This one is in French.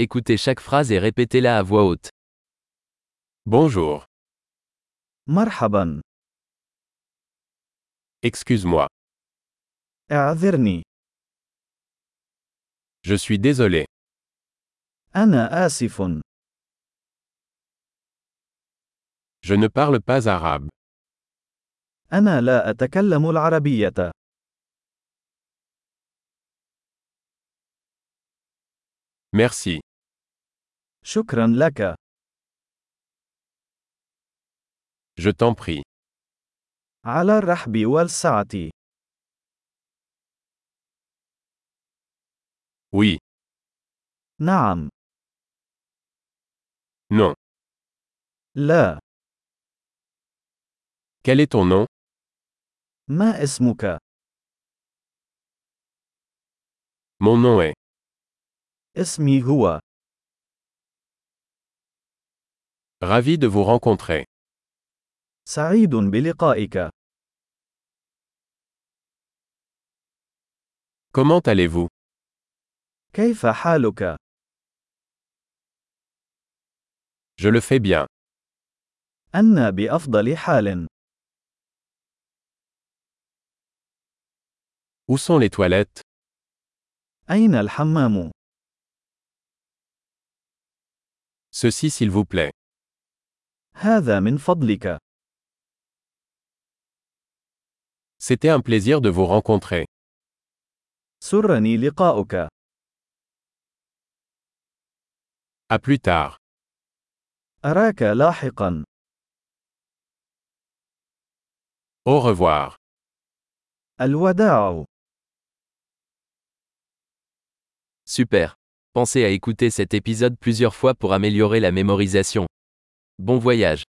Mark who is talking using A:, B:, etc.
A: Écoutez chaque phrase et répétez-la à voix haute.
B: Bonjour,
C: مرحبا
B: excuse-moi,
C: اعذرني
B: je suis désolé,
C: انا اسف
B: je ne parle pas arabe,
C: انا لا اتكلم العربيه
B: merci,
C: شكرا لك
B: je t'en prie,
C: على الرحب والسعه
B: oui,
C: نعم
B: non,
C: لا
B: quel est ton nom
C: ما اسمك
B: Mon nom est,
C: اسمي هو
B: ravi de vous rencontrer,
C: سعيد بلقائك
B: comment allez-vous
C: كيف حالك
B: Je le fais bien,
C: انا بافضل حال
B: où sont les toilettes
C: اين الحمام
B: Ceci s'il vous plaît,
C: هذا من فضلك
B: c'était un plaisir de vous rencontrer,
C: سرني لقاؤك
B: à plus tard.
C: اراك لاحقا
B: Au revoir.
C: الوداع
A: Super. Pensez à écouter cet épisode plusieurs fois pour améliorer la mémorisation. Bon voyage.